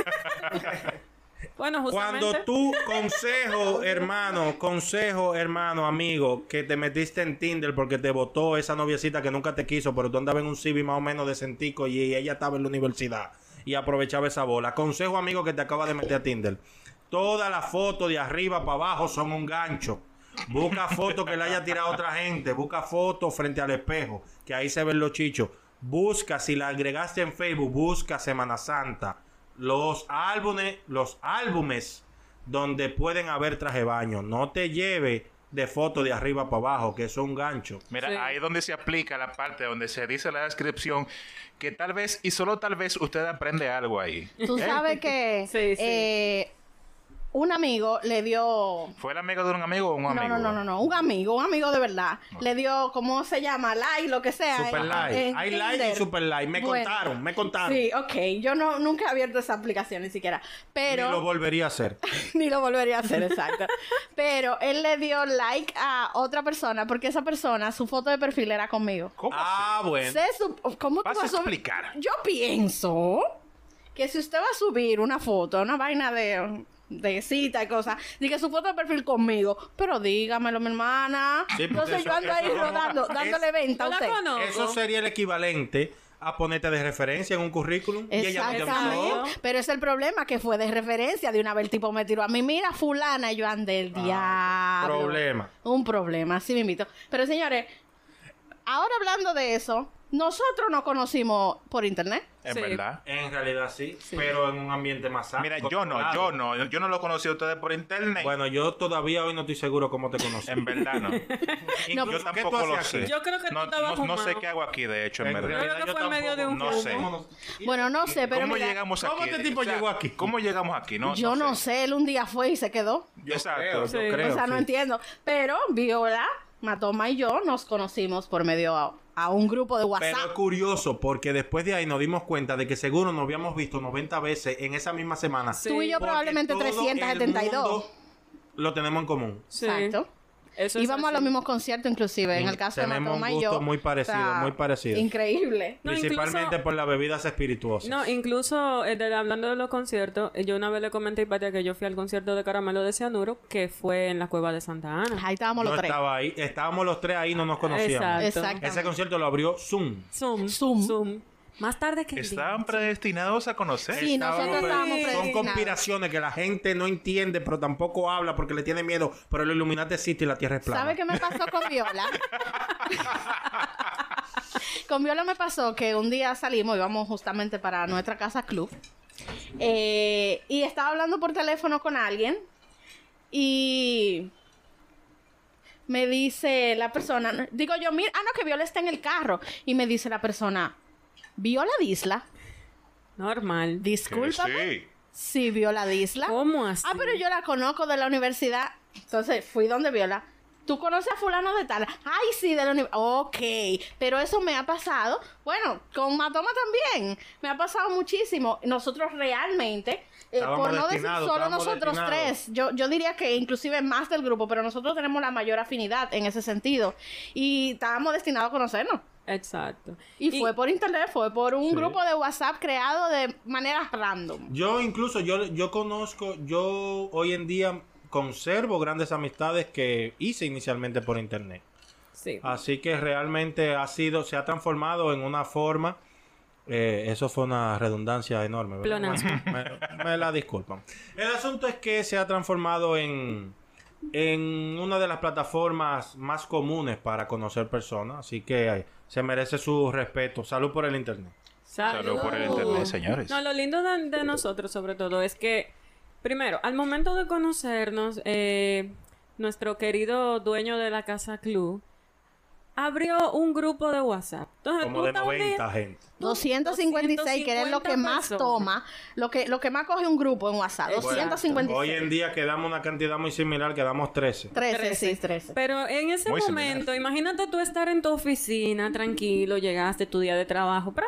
F: Bueno, justamente.
B: Cuando tú, consejo, hermano, consejo, hermano, amigo, que te metiste en Tinder porque te votó esa noviecita que nunca te quiso, pero tú andabas en un CV más o menos decentico y ella estaba en la universidad y aprovechaba esa bola. Consejo, amigo, que te acaba de meter a Tinder. Todas las fotos de arriba para abajo son un gancho. Busca fotos que le haya tirado otra gente. Busca fotos frente al espejo, que ahí se ven los chichos. Busca, si la agregaste en Facebook, busca Semana Santa. Los álbumes, los álbumes donde pueden haber traje baño. No te lleve de foto de arriba para abajo, que eso es un gancho.
D: Mira,
F: Sí.
D: ahí es donde se aplica la parte donde se dice la descripción que tal vez y solo tal vez usted aprende algo ahí.
A: Tú
D: ¿Eh?
A: sabes
B: [LAUGHS]
A: que
F: Sí, sí.
A: eh, un amigo le dio
D: ¿Fue el amigo de un amigo o un
A: No,
D: amigo?
A: no, no, no, no, un amigo, un amigo de verdad. Le dio, ¿cómo se llama? Like, lo que sea.
B: Super
A: en-
B: like.
A: en
B: Hay like y
A: ah, Tinder.
B: super like. Me
A: Bueno.
B: contaron, me contaron.
A: Sí, ok. Yo no, nunca he abierto esa aplicación ni siquiera. Pero.
B: Ni lo volvería a hacer.
A: [LAUGHS] ni lo volvería a hacer,
B: [LAUGHS]
A: exacto. Pero él le dio like a otra persona porque esa persona, su foto de perfil era conmigo.
D: ¿Cómo así?
B: Ah, bueno.
A: Se sup- ¿Cómo tú
D: Vas a
A: a-
D: explicar.
A: Yo pienso que si usted va a subir una foto, una vaina de, de cita y cosas, diga su foto de perfil conmigo, pero dígamelo, mi hermana.
B: Sí, porque
A: Entonces yo
B: eso-
A: ando
B: eso
A: ahí
B: no-
A: rodando,
B: es-
A: dándole venta a
F: Yo la
A: usted.
F: conozco.
B: Eso sería el equivalente a ponerte de referencia en un currículum. Y ella no te avisó.
A: Exactamente. Pero es el problema que fue de referencia. De una vez el tipo me tiró a mí, mira, fulana, y yo andé el diablo.
B: Ah, Problema.
A: Un problema, así me invito. Pero señores, ahora hablando de eso, nosotros nos conocimos por internet.
D: Es
F: Sí. Ah,
D: verdad.
B: En realidad sí, pero en un ambiente más
D: Mira, yo no, yo no. Yo no lo conocí a ustedes por internet.
B: Bueno, yo todavía hoy no estoy seguro cómo te conocí. [LAUGHS]
D: En verdad no.
A: No,
D: Em, yo
A: pero-
D: tampoco lo
B: hacías
D: sé.
B: aquí?
F: Yo creo que tú
D: no,
F: estabas
D: no, no sé
F: fumado.
D: qué hago aquí, de hecho, en
B: En
D: verdad.
B: realidad
F: Creo que
B: yo
F: fue en medio de un
B: tampoco-
D: No sé.
F: fumo.
A: Bueno, no sé, pero
D: ¿Cómo
A: mira,
D: llegamos aquí?
B: ¿cómo este tipo llegó aquí?
D: ¿Cómo llegamos aquí? No,
A: yo no sé, él un día fue y se quedó.
D: Exacto.
F: creo, yo
A: o sea, no entiendo. Pero Viola, Matoma y yo nos conocimos por medio a, a un grupo de WhatsApp.
B: Pero es curioso porque después de ahí nos dimos cuenta de que seguro nos habíamos visto 90 veces en esa misma semana.
F: Sí.
A: Tú y yo
B: Porque
A: probablemente
B: todo el
A: 372.
B: mundo lo tenemos en común.
F: Sí.
A: Exacto.
F: Eso es
A: Íbamos a
F: así.
A: los mismos conciertos, inclusive, en el caso de
B: Mm, Tenemos un
A: Matoma y
B: gusto
A: yo.
B: muy parecido, muy parecido.
A: Increíble.
F: No,
B: Principalmente
F: incluso-
B: por las bebidas espirituosas.
F: No, incluso eh, de- hablando de los conciertos, eh, yo una vez le comenté a Hipatia que yo fui al concierto de Caramelo de Cianuro, que fue en la cueva de Santa Ana.
A: Ahí estábamos
B: Yo
A: los tres.
B: estaba ahí, estábamos los tres ahí, no nos conocíamos.
F: Exacto.
A: Exacto.
B: Ese concierto lo abrió Zoom.
F: Zoom,
A: Zoom.
F: Zoom. Más tarde que el día.
D: Estaban predestinados a conocer.
A: Sí, nosotros estábamos
B: Son
A: predestinados.
B: conspiraciones que la gente no entiende, pero tampoco habla porque le tiene miedo. Pero el Illuminati existe y la Tierra es plana.
A: ¿Sabe qué me pasó con Viola? con Viola me pasó que un día salimos, íbamos justamente para nuestra casa club, eh, y estaba hablando por teléfono con alguien y me dice la persona, digo yo, mira, ah, no, que Viola está en el carro, y me dice la persona, Viola Disla,
F: Normal.
A: discúlpame, sí, Viola Disla.
F: ¿Cómo así?
A: Ah, pero yo la conozco de la universidad. Entonces fui donde Viola. ¿Tú conoces a fulano de tal? Ay, sí, de la universidad. Ok, pero eso me ha pasado. Bueno, con Matoma también. Me ha pasado muchísimo. Nosotros realmente, eh,
B: Estábamos
A: por no decir
B: destinados,
A: solo
B: estábamos
A: nosotros
B: destinados.
A: tres, yo, yo diría que inclusive más del grupo, pero nosotros tenemos la mayor afinidad en ese sentido. Y estábamos destinados a conocernos.
F: Exacto.
A: Y, fue por internet, fue por un grupo de WhatsApp creado de maneras random.
B: Yo incluso, yo, yo conozco, yo hoy en día conservo grandes amistades que hice inicialmente por internet.
F: Sí.
D: Ah,
B: Así que realmente ha sido, se ha transformado en una forma. eh, eso fue una redundancia enorme. ¿verdad? Bueno, me, me la disculpan. El asunto es que se ha transformado en, en una de las plataformas más comunes para conocer personas. Así que eh, se merece su respeto. Salud por el internet.
F: Salud.
D: Salud por el internet, señores.
F: No, lo lindo de, de nosotros, sobre todo, es que, primero, al momento de conocernos, eh, nuestro querido dueño de la casa Club abrió un grupo de WhatsApp. Entonces,
B: Como
F: tú
B: de
F: estás un día-
B: 90 gente.
A: 256, que es lo que más
F: 250
A: toma, lo que, lo que más coge un grupo en WhatsApp.
F: Exacto.
A: 256.
B: Hoy en día quedamos una cantidad muy similar, quedamos 13.
A: 13,
F: Trece.
A: sí, 13.
F: Pero en ese
D: Muy similar.
F: momento, imagínate tú estar en tu oficina, tranquilo, llegaste tu día de trabajo, pra,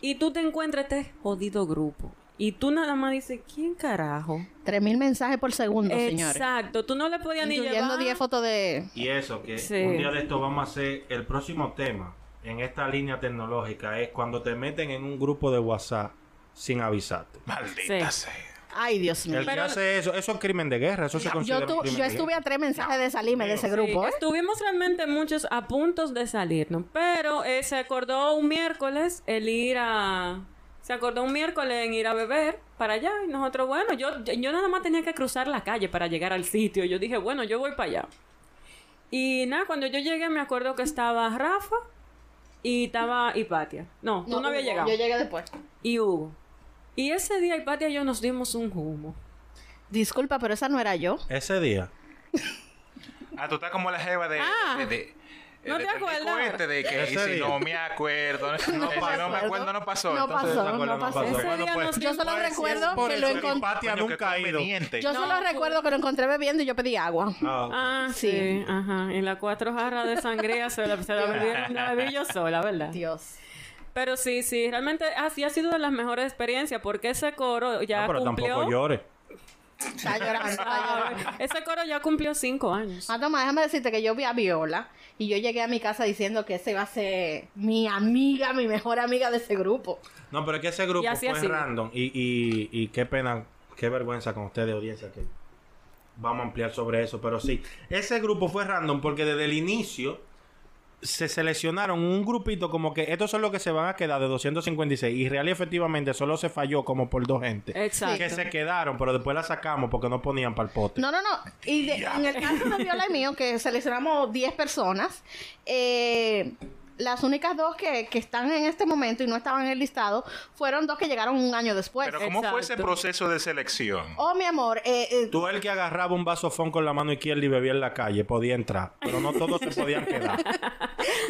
F: y tú te encuentras este jodido grupo. Y tú nada más dices, ¿quién carajo?
A: 3000 mensajes por segundo, señores.
F: Exacto, tú no le podías ni
A: Incluyendo
F: llevar.
A: 10 fotos de.
B: Y eso, que
F: Sí.
B: un día de esto vamos a hacer el próximo tema en esta línea tecnológica es cuando te meten en un grupo de WhatsApp sin avisarte.
D: Maldita
F: Sí.
D: sea.
A: Ay, Dios mío.
B: El que hace eso, eso es crimen de guerra, eso se considera ¿eh?
A: Yo, tu-
B: un crimen
A: yo
B: de
A: estuve
B: guerra.
A: a tres mensajes de salirme de ese grupo,
F: Sí,
A: ¿eh?
F: Estuvimos realmente muchos a puntos de salirnos, pero eh, se acordó un miércoles el ir a... Se acordó un miércoles en ir a beber para allá y nosotros, bueno, yo, yo, yo nada más tenía que cruzar la calle para llegar al sitio. Yo dije, bueno, yo voy para allá. Y nada, cuando yo llegué me acuerdo que estaba Rafa y estaba Hipatia. No, tú no habías
A: Hugo,
F: llegado.
A: Yo llegué después.
F: Y Hugo. Y ese día Hipatia y yo nos dimos un humo.
A: Disculpa, pero esa no era yo.
B: Ese día.
D: Ah, tú estás como la jeva de.
F: Ah.
D: de- de-
F: ¿No
D: de
F: te
D: Perico
F: acuerdas?
D: este de que
B: Ese
D: si
B: día.
D: no me acuerdo, si no
A: pasó.
D: me acuerdo no pasó.
A: No
D: Entonces, ah,
A: pasó,
B: ¿se acuerdan?
A: no pasó.
F: Ese
B: Bueno,
F: día
B: pues,
F: nos
A: Yo solo
F: dimos-
A: recuerdo
B: por
A: que lo
B: eso que
A: encontré.
B: Hipatia
D: Coño, qué
B: nunca ha ido.
D: conveniente.
A: Yo
F: No,
A: solo
F: fue-
A: recuerdo que lo encontré bebiendo y yo pedí agua.
B: Ah,
F: Ah,
A: Sí.
F: sí. ajá. En la cuatro jarras de sangría se la, se la bebieron- la bebí yo sola, ¿verdad?
A: Dios.
F: Pero sí, sí, realmente así ha sido de las mejores experiencias porque ese coro ya
B: no, Ah, pero
F: cumplió.
B: tampoco llores.
A: Está llorando, está llorando.
F: Ah, ese coro ya cumplió cinco años.
A: Ah, toma, déjame decirte que yo vi a Viola y yo llegué a mi casa diciendo que ese iba a ser mi amiga, mi mejor amiga de ese grupo.
B: No, pero es que ese grupo
F: Y así
B: fue
F: ha sido.
B: random. Y, y, y qué pena, qué vergüenza con ustedes, audiencia, que vamos a ampliar sobre eso. Pero sí, ese grupo fue random porque desde el inicio se seleccionaron un grupito como que estos son los que se van a quedar de 256. Y real y efectivamente solo se falló como por dos gente.
F: Exacto.
B: Que se quedaron, pero después la sacamos porque no ponían para el pote.
A: No, no, no. Y de- en el caso de Viola y mío, que seleccionamos 10 personas, eh, las únicas dos que, que están en este momento y no estaban en el listado fueron dos que llegaron un año después.
D: Pero ¿cómo fue ese
F: Exacto.
D: proceso de selección?
A: Oh, mi amor, eh, eh,
B: Tú el que agarraba un vasofón con la mano izquierda y bebía en la calle, podía entrar, pero no todos se podían quedar.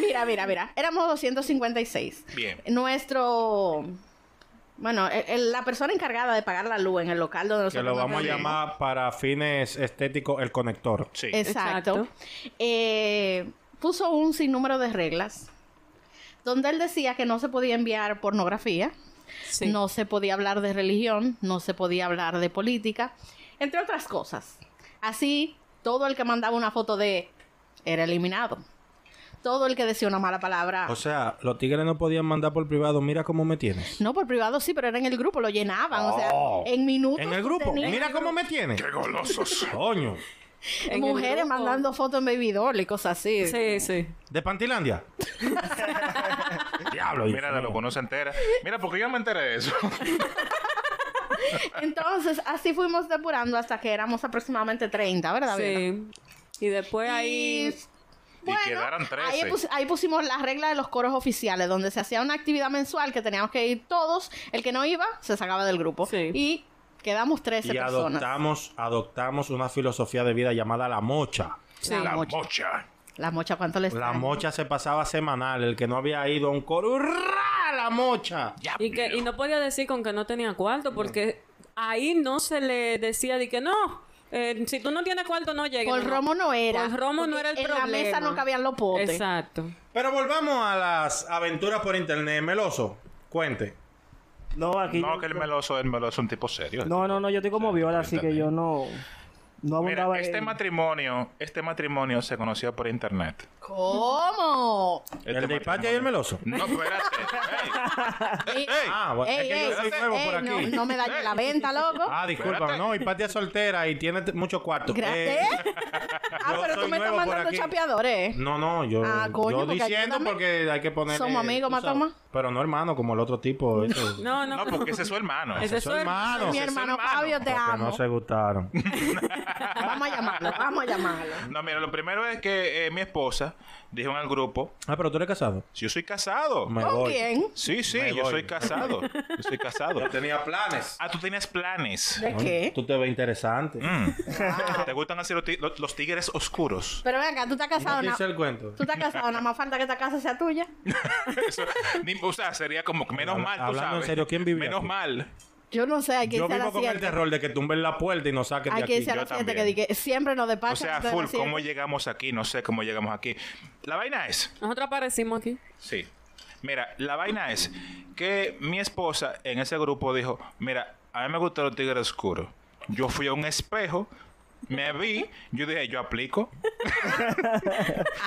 A: mira, mira, mira. Éramos 256.
D: Bien.
A: Nuestro. Bueno, el- el- la persona encargada de pagar la luz en el local donde
B: Que
A: nosotros
B: lo
A: nos
B: vamos a
A: reunimos.
B: llamar para fines estéticos el conector.
D: Sí.
A: Exacto. Eh, puso un sinnúmero de reglas donde él decía que no se podía enviar pornografía,
F: Sí.
A: no se podía hablar de religión, no se podía hablar de política, entre otras cosas. Así, todo el que mandaba una foto de era eliminado. Todo el que decía una mala palabra.
B: O sea, los tigres no podían mandar por privado. Mira cómo me tienes.
A: no, por privado sí, pero era en el grupo, lo llenaban. O sea, en minutos.
B: Oh, En el grupo.
A: tenía-
B: Mira cómo me tienes. [LAUGHS]
D: ¡Qué golosos!
B: Coño.
F: En el
A: mujeres
F: grupo.
A: mandando fotos en baby doll y cosas así.
F: Sí, sí.
B: De Pantilandia. Diablo. Dios
D: Mira, de lo
B: mío.
D: conoce entera. Mira, porque yo me enteré de eso. [LAUGHS]
A: Entonces, así fuimos depurando hasta que éramos aproximadamente 30, Ah, ¿verdad? Viola?
F: Sí. Y después ahí.
A: Bueno,
D: y quedaron 13.
A: Ahí, pus- ahí pusimos la regla de los coros oficiales, donde se hacía una actividad mensual que teníamos que ir todos. El que no iba, se sacaba del grupo.
F: Sí.
A: Y quedamos 13
B: Y
A: personas.
B: adoptamos, adoptamos una filosofía de vida llamada la mocha.
F: Sí.
A: La
D: La
A: mocha.
D: mocha.
A: La mocha, ¿cuánto les
B: La mocha se pasaba semanal. El que no había ido a un coro. ¡hurra! La mocha.
F: Y, que, y no podía decir con que no tenía cuarto, porque ahí no se le decía de que no. eh, si tú no tienes cuarto, no llegues.
A: Por
F: No, no.
A: romo no era.
F: Por romo no
A: porque
F: era el
A: en
F: problema.
A: la mesa no cabían los potes.
F: Exacto.
B: Pero volvamos a las aventuras por internet. Meloso, cuente.
E: No, aquí.
D: No, que el meloso, el meloso es un tipo serio.
E: No, no, no, yo estoy como
D: Sí,
E: viola, así que
D: internet.
E: yo no. No abundaba
D: Mira, este
E: en-
D: matrimonio, este matrimonio se conoció por internet.
A: ¿Cómo?
D: Este
B: El de Hipatia y el
D: matrimonio-
B: meloso.
D: No, espérate.
A: Ey,
B: Ah, bueno.
A: ey,
B: es que yo
A: ey,
B: soy nuevo
A: ey,
B: por aquí.
A: No, no me dañes la venta, loco.
B: Ah, disculpa,
D: Espérate.
B: no, Hipatia es soltera y tiene t- mucho cuarto.
A: Gracias.
B: Eh, [LAUGHS]
A: ah,
B: yo
A: pero tú
B: soy
A: me estás
B: nuevo por
A: mandando
B: aquí.
A: chapeadores.
B: No, no, yo,
A: Ah, coño,
B: yo
A: porque
B: diciendo
A: ayúdame.
B: porque hay que poner. eh,
A: Somos amigos, Matoma.
B: Pero no hermano, como el otro
A: [LAUGHS]
B: tipo. eso.
F: No, no.
D: No, porque ese es su hermano.
F: Ese es
B: Son
F: su hermano.
B: hermanos.
A: Mi
D: ese es
A: hermano
D: hermano,
A: Fabio, te
B: Porque
A: amo.
B: no se gustaron.
A: Vamos a llamarlo, vamos a llamarlo.
D: No, mira, lo primero es que eh, mi esposa dijo en el grupo,
B: [LAUGHS] Ah, pero tú eres casado.
D: si yo soy casado.
B: [LAUGHS] Me
A: ¿Con
B: voy.
A: quién?
D: Sí, sí,
B: Me
D: yo
B: voy.
D: soy
B: [LAUGHS]
D: casado. Yo soy casado.
B: tenía planes.
D: Ah, tú tienes planes.
A: ¿De qué?
B: Tú te ves interesante.
D: Mm. ¿Te gustan así los, ti- los- los tigres oscuros?
A: Pero ven acá, tú estás casado,
B: ¿Quién
A: na-
B: hizo el cuento?
A: Tú estás casado, nada más falta que esta casa sea tuya.
D: Eso, ni- o sea, sería como que menos
B: Habla-
D: mal, tú
B: hablando
D: sabes.
B: en serio, ¿quién vivía
D: Menos
B: aquí?
D: mal.
A: Yo no sé, hay que
B: Yo
A: irse a
B: vivo
A: las
B: con el
A: 7.
B: terror de que tumben la puerta y nos saquen de
A: Hay que
B: aquí.
A: irse a
D: yo
A: las 7 que
D: también.
A: dije, siempre nos
D: O
A: despachan.
D: sea,
A: antes de
D: full,
A: las siete.
D: ¿cómo llegamos aquí? No sé cómo llegamos aquí. La vaina es,
F: Nosotros aparecimos aquí.
D: sí. Mira, la vaina es que mi esposa en ese grupo dijo, mira, a mí me gustan los tigres oscuros. Yo fui a un espejo, me vi, yo dije, yo aplico.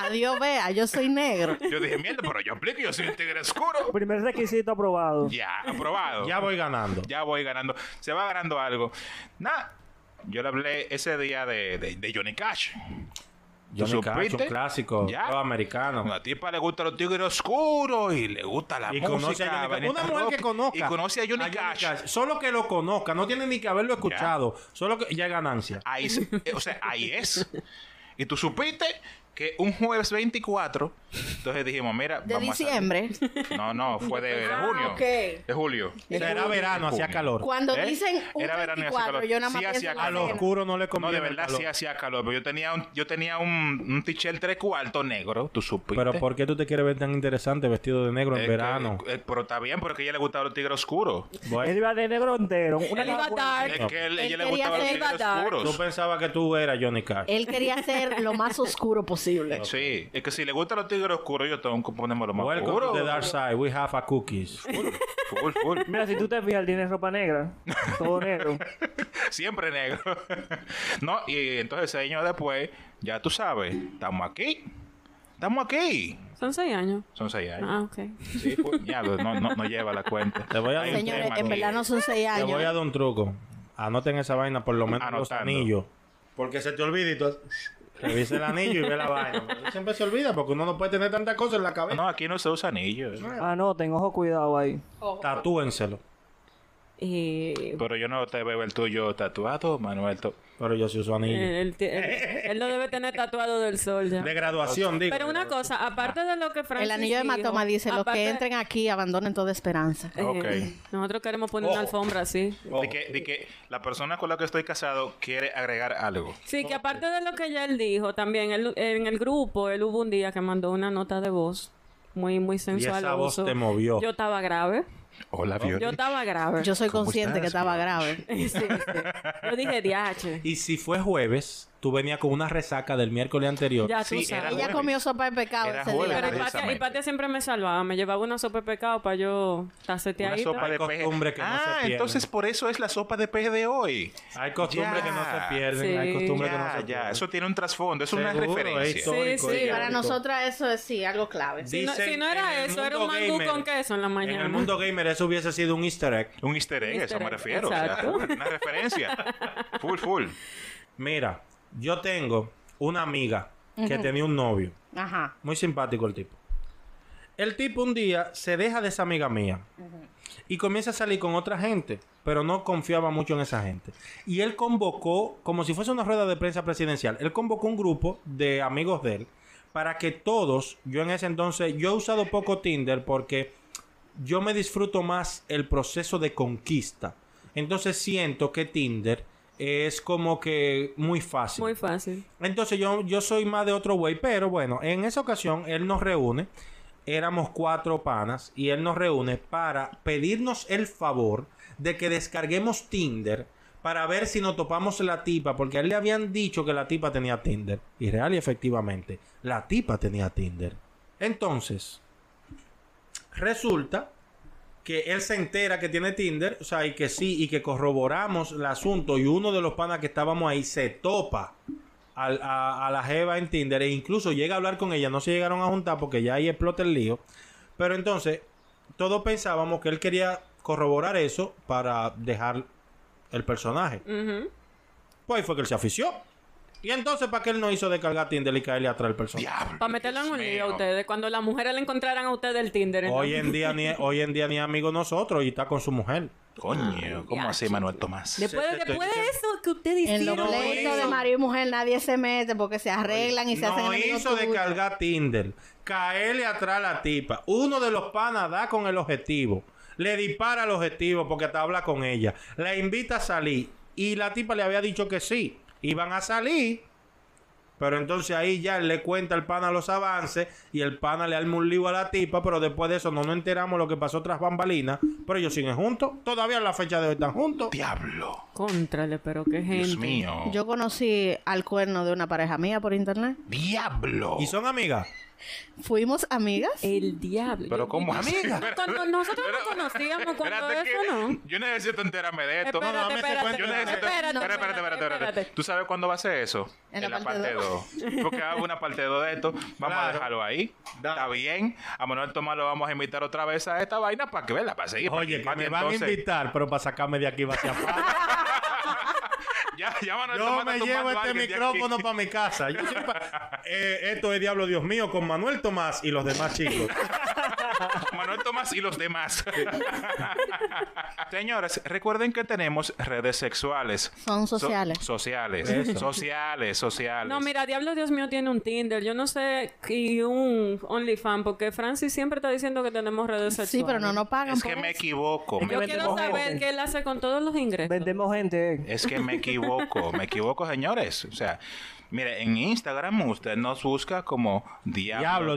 A: Adiós, vea, yo soy
B: [LAUGHS]
A: negro.
D: Yo dije, mierda, pero yo aplico, yo soy un tigre oscuro.
E: Primer requisito
D: [LAUGHS]
E: aprobado.
D: Ya, aprobado.
B: Ya voy ganando.
D: ya voy ganando, se va ganando algo. Nada, yo le hablé ese día de, de- de Johnny Cash.
B: Yo
D: ¿Tú
B: Cash, un
D: supiste?
B: clásico.
D: Ya.
B: Todo americano.
D: A la tipa le gusta los tigres oscuros y le gusta la
B: y
D: música.
B: conoce a Johnny Cash.
D: Vanessa
B: Una mujer
D: Rock,
B: que conozca.
D: Y conoce a Johnny, Cash.
B: Solo que lo conozca. No tiene ni que haberlo escuchado. Solo que ya es ganancia.
D: Ahí, se- eh, o sea, ahí es. Y tú supiste que un jueves 24, entonces dijimos, mira,
A: De
D: vamos a salir.
A: diciembre.
D: No, no, fue de, de
A: Ah,
D: junio.
A: ok.
D: De julio.
B: O sea, era verano, hacía
D: junio.
B: calor.
A: Cuando
D: ¿Eh?
A: dicen un
D: Era verano y hacía
A: 24,
D: calor.
A: yo nada más
D: Sí,
A: pienso
D: hacía
A: en la
B: A lo
A: cena.
B: oscuro no le
D: No,
B: conviene.
D: de
B: el
D: verdad
B: calor.
D: sí hacía calor, pero yo tenía un, yo tenía un, un t-shirt tres cuartos negro, tú supiste.
B: Pero ¿por qué tú te quieres ver tan interesante vestido de negro en
D: Es que-
B: verano?
D: eh, pero está bien, porque a ella le gustaba los tigres oscuros.
E: Él
B: Bueno,
E: iba de negro entero. Una
F: Él iba
E: capa-
F: dark.
D: Es que él-
A: Él
D: ella le
A: quería
D: gustaba los
A: ser
D: tigres
F: Badar.
B: tú
D: oscuros.
B: pensabas que tú eras Johnny Cash.
A: Él quería ser lo más oscuro posible.
D: Sí, es que si le gustan los tigres oscuro, yo tengo que ponerme más
B: Welcome
D: oscuro.
B: to the dark side. We have a cookies.
D: Full, full.
E: Mira, si tú te fijas, él tiene ropa
D: [LAUGHS]
E: negra. Todo negro.
D: Siempre negro. [LAUGHS] no, y entonces seis años después, ya tú sabes, estamos aquí. Estamos aquí.
F: Son seis años.
D: Son seis años.
F: Ah, ok.
D: Sí, pues, ya, no, no, no lleva la cuenta.
B: Te voy a-
D: Hay un
A: Señores,
D: tema
A: en
D: aquí.
A: verdad no son seis
B: Te voy a
A: años.
B: dar un truco. Anoten esa vaina por lo menos los
D: Anotando.
B: anillos. Porque se te olvida y tú [LAUGHS] revisa el anillo y ve la vaina. Eso siempre se olvida porque uno no puede tener tantas cosas en la cabeza.
D: No, aquí no se usa anillo. eh.
E: Ah, no, ten ojo cuidado ahí.
B: Tatúenselo.
F: Eh,
D: Pero yo no te veo el tuyo tatuado, Manuel. to-
B: Pero yo sí uso anillo.
F: él, ti- él- él lo debe tener tatuado del sol ya.
B: De graduación, digo.
F: Pero una cosa, aparte de lo que Francis
A: El anillo de
F: dijo,
A: Matoma dice, los
F: aparte-
A: que entren aquí abandonen toda esperanza.
F: Eh,
B: Ah,
D: Ok.
F: Nosotros queremos poner una
B: Ojo.
F: alfombra así.
B: Ojo.
D: De que, de que la persona con la que estoy casado quiere agregar algo.
F: Sí, que aparte de lo que ya él dijo, también él- en el grupo, él hubo un día que mandó una nota de voz muy, muy sensual.
B: esa voz
F: oso.
B: te movió.
F: Yo estaba grave.
D: Hola, Viola.
F: Yo estaba grave.
A: Yo soy
D: ¿Cómo
A: consciente que
D: estás,
A: estaba
D: Dios?
A: grave.
F: [LAUGHS] Sí, sí. Yo dije, diache.
B: Y si fue jueves, tú venías con una resaca del miércoles anterior.
F: Ya
D: Sí,
F: tú sabes.
D: era
A: Ella
D: jueves.
A: comió sopa de pecado
D: Era
A: ese
D: jueves.
A: día.
F: Pero y Patia, y
D: Precisamente.
F: Patia siempre me salvaba. Me llevaba una sopa de pecado para yo
D: Una
F: taceteadita.
D: sopa
B: Hay
D: de peje.
B: costumbre que no se
D: ah,
B: pierde.
D: entonces por eso es la sopa de peje de hoy.
B: Hay costumbres
D: Ya.
B: que no se pierden.
F: Sí.
B: Hay costumbres que no se
D: Ya,
B: pierden.
D: ya. Eso tiene un trasfondo. Es una
B: Seguro, es
D: referencia.
B: histórico,
F: Sí, sí.
B: es
A: Para
B: histórico.
A: nosotras eso es sí, algo clave.
F: Sí. Si no-
B: Dicen
F: si no era
B: en el
F: eso, era
B: mundo
F: un mangú con queso en la
B: En
F: mañana.
B: el mundo gamer eso hubiese sido un easter egg.
D: Un easter egg, eso
F: Easter
D: me
F: egg,
D: refiero. o sea,
F: exacto.
D: full, [LAUGHS] una referencia. Full, full.
B: Mira, yo tengo una amiga que tenía un novio.
A: Ajá.
B: Muy simpático el tipo. El tipo un día se deja de esa amiga mía y comienza a salir con otra gente, pero no confiaba mucho en esa gente. Y él convocó, como si fuese una rueda de prensa presidencial, él convocó un grupo de amigos de él para que todos, yo en ese entonces, yo he usado poco Tinder porque yo me disfruto más el proceso de conquista. Entonces siento que Tinder es como que muy fácil.
F: Muy fácil.
B: Entonces yo, yo soy más de otro güey, pero bueno, en esa ocasión él nos reúne, éramos cuatro panas, y él nos reúne para pedirnos el favor de que descarguemos Tinder para ver si nos topamos la tipa, porque a él le habían dicho que la tipa tenía Tinder, y real y efectivamente, la tipa tenía Tinder. Entonces, resulta que él se entera que tiene Tinder, o sea, y que sí, y que corroboramos el asunto, y uno de los panas que estábamos ahí se topa al- a, a la Jeva en Tinder e incluso llega a hablar con ella, no se llegaron a juntar porque ya ahí explota el lío. Pero entonces, todos pensábamos que él quería corroborar eso para dejar el personaje.
F: Ujú.
B: Pues ahí fue que él se afició. Y entonces, ¿para qué él no hizo descargar Tinder y caerle atrás al personaje?
D: Diablo.
F: Para meterlo en un
D: Dios
F: lío a
D: mío.
F: ustedes. Cuando las mujeres le encontraran a ustedes el Tinder. ¿no?
B: Hoy en día ni hoy en día ni es amigo nosotros y está con su mujer.
D: Coño, ¿cómo
F: Ah, Ya,
D: así, Manuel Tomás?
F: Después,
B: Se- se-
F: después
B: se-
F: de eso que ustedes
A: En los
F: hicieron.
A: pleitos de marido y mujer nadie se mete porque se arreglan y se hacen
B: No
A: amigos
B: hizo
A: tuyos.
B: descargar Tinder. Caerle atrás a la tipa. Uno de los panas da con el objetivo. Le dispara al objetivo porque hasta habla con ella. La invita a salir. Y la tipa le había dicho que sí. Iban a salir. Pero entonces ahí ya él le cuenta al pana los avances y el pana le arma un lío a la tipa, pero después de eso no nos enteramos lo que pasó tras bambalinas, pero ellos siguen juntos, todavía en la fecha de hoy están juntos.
D: Diablo.
F: Contrale, pero qué gente.
D: Dios mío.
A: Yo conocí al cuerno de una pareja mía por internet.
D: Diablo.
B: Y son amigas.
A: Fuimos amigas.
F: El diablo.
D: Pero
F: Yo-
D: ¿cómo
F: yo-
D: así? Espera-
F: [LAUGHS] Cuando nosotros
D: espera-
F: nos conocíamos, cuando
D: espérate
F: eso
D: que-
F: no.
D: Yo necesito enterarme de esto.
F: Espérate,
D: No, no, dame ese
F: espérate,
D: cuento. Yo necesito...
F: espérate,
D: Espérate, espérate, espérate, espérate.
F: espérate.
D: ¿Tú sabes cuándo va a ser eso?
A: En la parte dos.
D: 2. Porque hago una parte 2 de esto.
F: [LAUGHS]
D: Vamos a
B: Claro.
D: dejarlo ahí.
B: Da.
D: Está bien. A Manuel Tomás lo vamos a invitar otra vez a esta vaina para que vea, para seguir. para
B: Oye, que
D: Mati,
B: me van a
D: entonces-
B: invitar, pero para sacarme de aquí va hacia afuera.
D: Ya, ya Manuel
B: Yo
D: Tomás
B: me
D: está
B: llevo
D: tumbando a
B: este
D: alguien de
B: micrófono
D: aquí.
B: para mi casa. Yo siempre- Eh, esto es Diablo Dios mío con Manuel Tomás y los demás chicos.
D: [LAUGHS] Manuel Tomás y los demás. [LAUGHS] Señores, recuerden que tenemos redes sexuales.
A: Son
D: So-
A: sociales.
D: sociales.
B: Eso.
D: Sociales, sociales.
F: No, mira, Diablo Dios mío tiene un Tinder. Yo no sé. Y un OnlyFans. Porque Francis siempre está diciendo que tenemos redes sociales.
A: Sí, pero no nos pagan.
D: Es
A: por
D: que me
A: eso.
D: equivoco.
F: Yo
D: me
F: quiero
D: equivoco.
F: saber qué él hace con todos los ingresos.
E: Vendemos gente. eh.
D: Es que me equivoco. me equivoco, señores. O sea, mire, en Instagram usted nos busca como Diablo,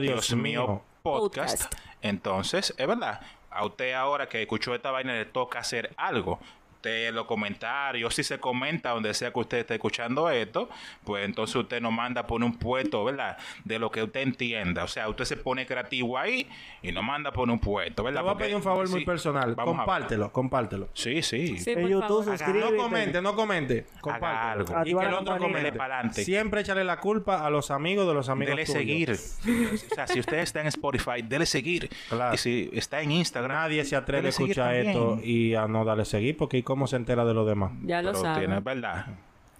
B: Diablo, Dios mío.
D: podcast.
F: Podcast.
D: Entonces, es verdad. A usted ahora que escuchó esta vaina le toca hacer algo. usted los comentarios, si se comenta donde sea que usted esté escuchando esto, pues entonces usted nos manda por un puesto, ¿verdad? De lo que usted entienda. O sea, usted se pone creativo ahí y nos manda por un
B: Te
D: puesto, ¿verdad?
B: voy a
D: Porque-
B: pedir un favor muy
D: sí,
B: personal.
D: vamos a ver.
B: Compártelo, compártelo.
D: Sí, sí.
F: Sí,
E: en
F: por
E: YouTube,
F: favor.
E: suscríbete.
B: No comente, no comente.
D: Haga
B: Compártelo.
D: algo.
B: Y que
E: Activa
B: el
E: la
B: otro
E: campanita.
B: comente.
D: Dele pa'lante.
B: Siempre échale la culpa a los amigos de los amigos
D: Dele
B: tuyos.
D: seguir. o sea, si usted está en Spotify, dele seguir.
B: Claro.
D: Y si está en Instagram.
B: Nadie se atreve a
D: dele seguir
B: escuchar esto
D: también.
B: y a no darle seguir porque ¿y cómo se entera de los demás?
F: Ya lo
D: Pero tiene-
F: saben.
D: ¿Verdad?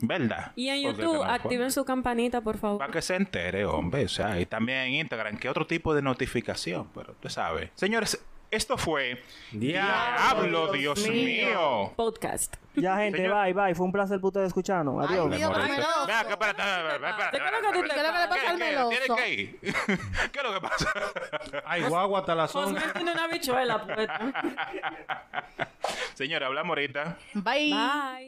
D: ¿Verdad?
F: Y en
D: Porque
F: YouTube,
D: que no-
F: activen su campanita, por favor.
D: Para que se entere, hombre. O sea, y también en Instagram, que otro tipo de notificación, pero tú sabes. Señores, esto fue Diablo, Dios, mío.
F: Podcast.
E: Ya, gente,
D: Señor-
E: bye, bye. Fue un placer puto de escucharnos.
A: Ay,
E: Adiós.
A: Dios. Mío,
D: Amorito.
A: meloso.
D: Ven acá, espérate, espérate, espérate,
F: ¿Qué es lo que tú te
D: espérate.
A: ¿Qué es lo que le pasa al
D: ¿Qué, qué?
A: meloso?
D: ¿Tienes que ir? [LAUGHS] ¿Qué es lo que pasa? [LAUGHS]
B: Ay, guagua hasta la zona.
F: Osmel tiene una bichuela puesta.
D: Señora, hablamos ahorita.
A: Bye.
F: [LAUGHS] Bye.